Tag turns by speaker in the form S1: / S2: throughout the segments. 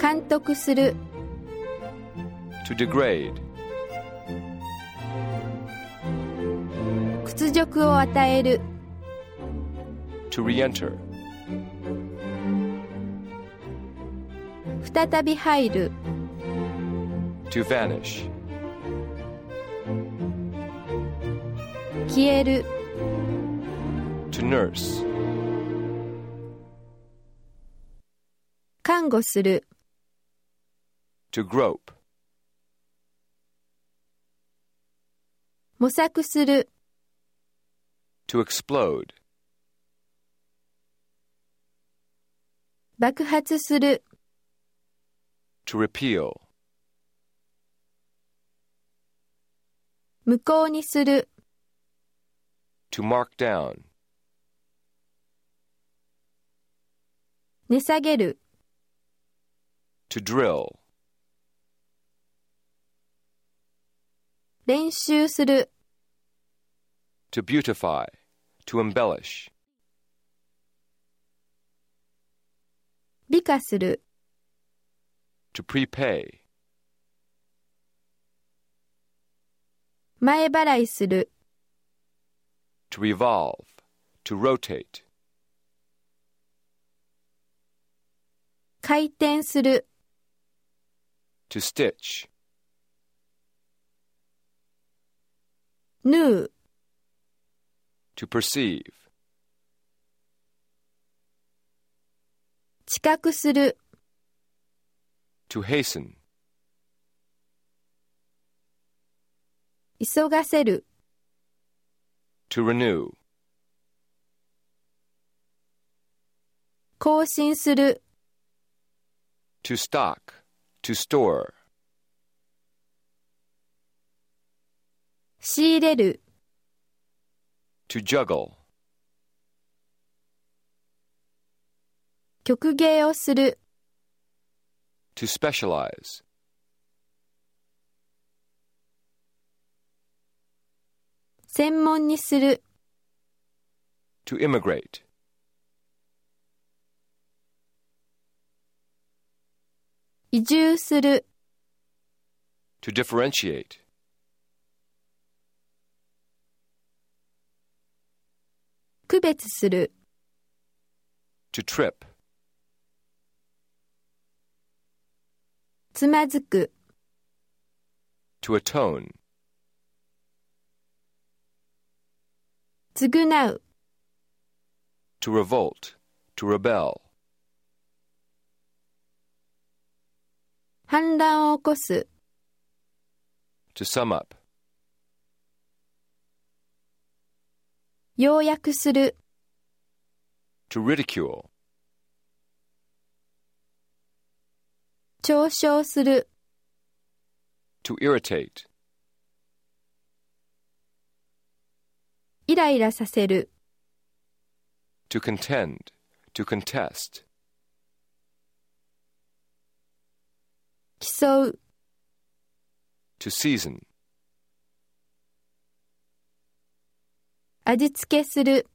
S1: 監督する
S2: to degrade,
S1: 屈辱を与える
S2: to re enter,
S1: 再び入る
S2: to vanish,
S1: 消える
S2: to nurse,
S1: 看護する
S2: to grope,
S1: 模索する
S2: to explode,
S1: 爆発する
S2: to repeal,
S1: 無効にする
S2: to mark down,
S1: 値下げる
S2: to drill,
S1: 練習する
S2: to beautify, to embellish,
S1: 美化する
S2: to prepay,
S1: 前払いする
S2: to revolve, to rotate,
S1: 回転する
S2: to stitch,
S1: 縫う
S2: to perceive,
S1: 知覚する
S2: to hasten,
S1: 急がせる
S2: to renew,
S1: 更新する
S2: to stock, to store,
S1: 仕入れる
S2: to juggle,
S1: 曲芸をする
S2: to specialize,
S1: 専門にする
S2: to immigrate,
S1: 移住する
S2: to differentiate,
S1: 区別する
S2: to trip,
S1: つまずく
S2: to atone,
S1: 償う
S2: to revolt, to rebel,
S1: 反乱を起こす
S2: to sum up,
S1: 要約する
S2: to ridicule,
S1: 嘲笑する
S2: to irritate,
S1: イライラさせる
S2: to contend, to contest,
S1: 競う
S2: to season,
S1: 味付けする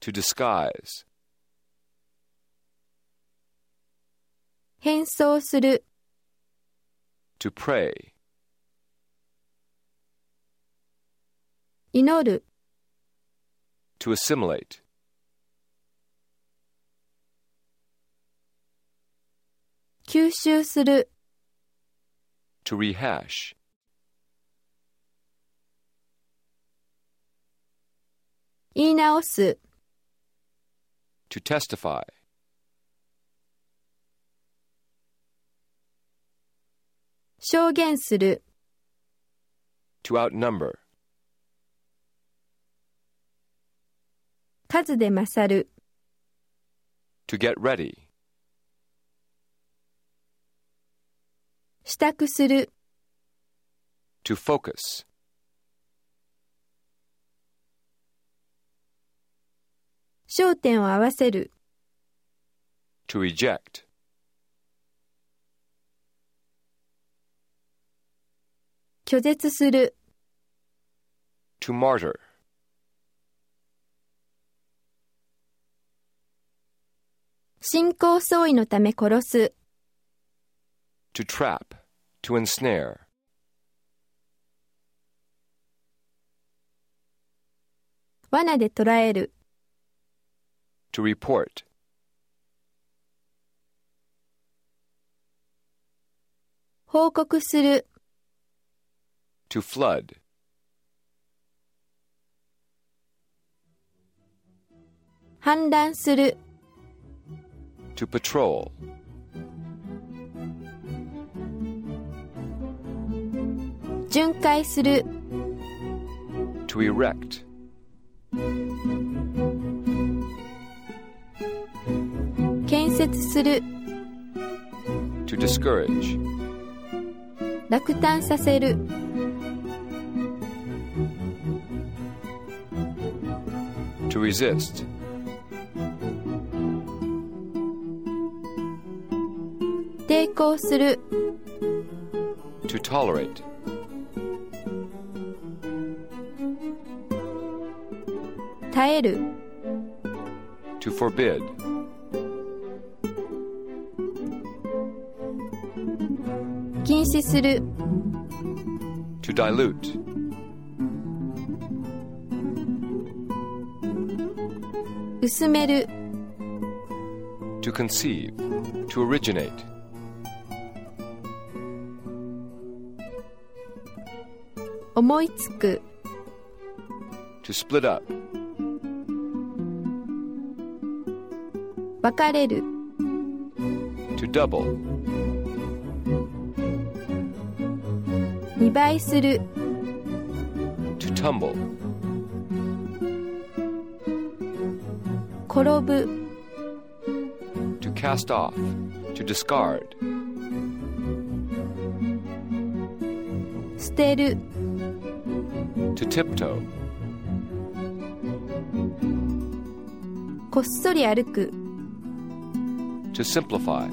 S2: to disguise,
S1: 変装する
S2: to pray,
S1: 祈る
S2: to assimilate,
S1: 吸収する
S2: to rehash,
S1: 言い直す
S2: to testify,
S1: 証言する
S2: to outnumber,
S1: 数で勝る
S2: to get ready,
S1: 支度する
S2: to focus,
S1: 焦点を合わせる
S2: to reject,
S1: 拒絶する
S2: to martyr,
S1: 信仰相違のため殺す、
S2: to trap, to ensnare,
S1: 罠で捕らえる、
S2: to report,
S1: 報告する、
S2: to flood,
S1: 反乱する、
S2: to patrol,
S1: 巡回する、
S2: to erect,
S1: 建設する、
S2: to discourage,
S1: 落胆させる、
S2: to resist,
S1: 抵抗する、
S2: to tolerate,
S1: 耐える、
S2: to forbid,
S1: 禁止する、
S2: to dilute,
S1: 薄める、
S2: to conceive, to originate,
S1: 思いつく、
S2: to split up,
S1: 分かれる、
S2: to double,
S1: 2倍する、
S2: to tumble,
S1: 転ぶ、
S2: to cast off, to discard,
S1: 捨てる、
S2: to tiptoe,
S1: こっそり歩く、
S2: to simplify,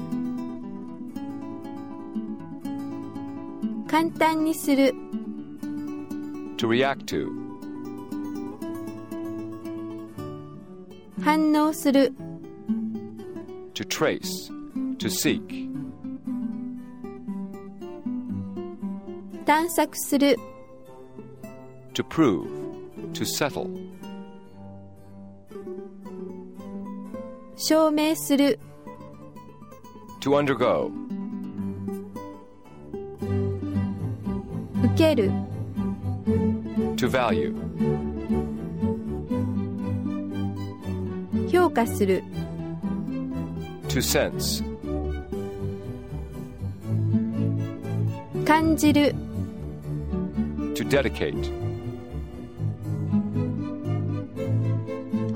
S1: 簡単にする、
S2: to react to,
S1: 反応する、
S2: to trace, to seek,
S1: 探索する、
S2: to prove, to settle,
S1: 証明する、
S2: to undergo,
S1: 受ける、
S2: to value,
S1: 評価する、
S2: to sense,
S1: 感じる、
S2: to dedicate,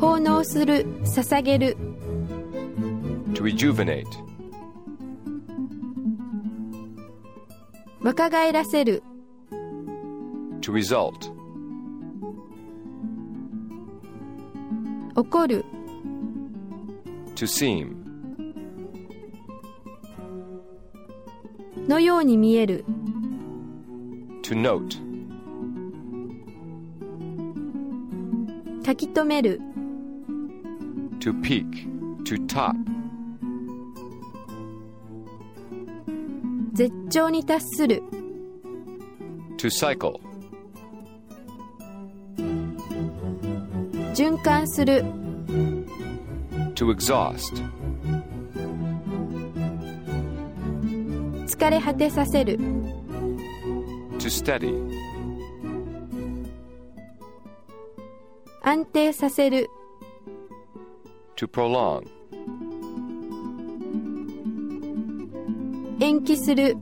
S1: 奉納する、捧げる、
S2: to rejuvenate,
S1: 若返らせる、
S2: to result,
S1: 起こる、
S2: to seem,
S1: のように見える、
S2: to note,
S1: 書き留める、
S2: to peak, to top,
S1: 絶頂に達する、
S2: to cycle,
S1: 循環する、
S2: to exhaust,
S1: 疲れ果てさせる、
S2: to steady,
S1: 安定させる、
S2: to prolong,
S1: 延期する、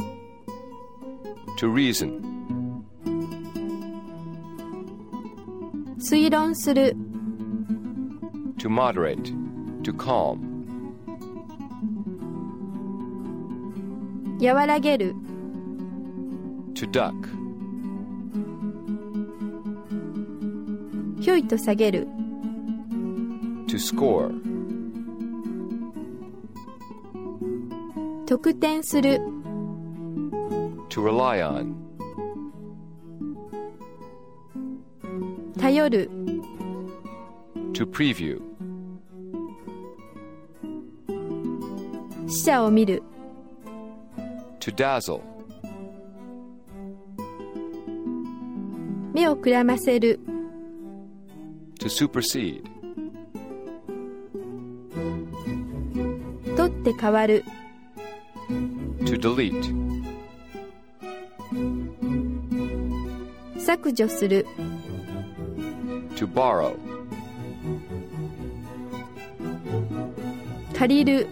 S2: to reason,
S1: 推論する、
S2: to moderate, to calm,
S1: 和らげる、
S2: to duck,
S1: ひょいと下げる、
S2: to score,
S1: 得点する、
S2: to rely on,
S1: 頼る、
S2: to preview,
S1: 死者を見る
S2: to dazzle,
S1: 目をくらませる
S2: to supersede,
S1: 取って変わる
S2: to delete,
S1: 削除する
S2: to borrow,
S1: 借りる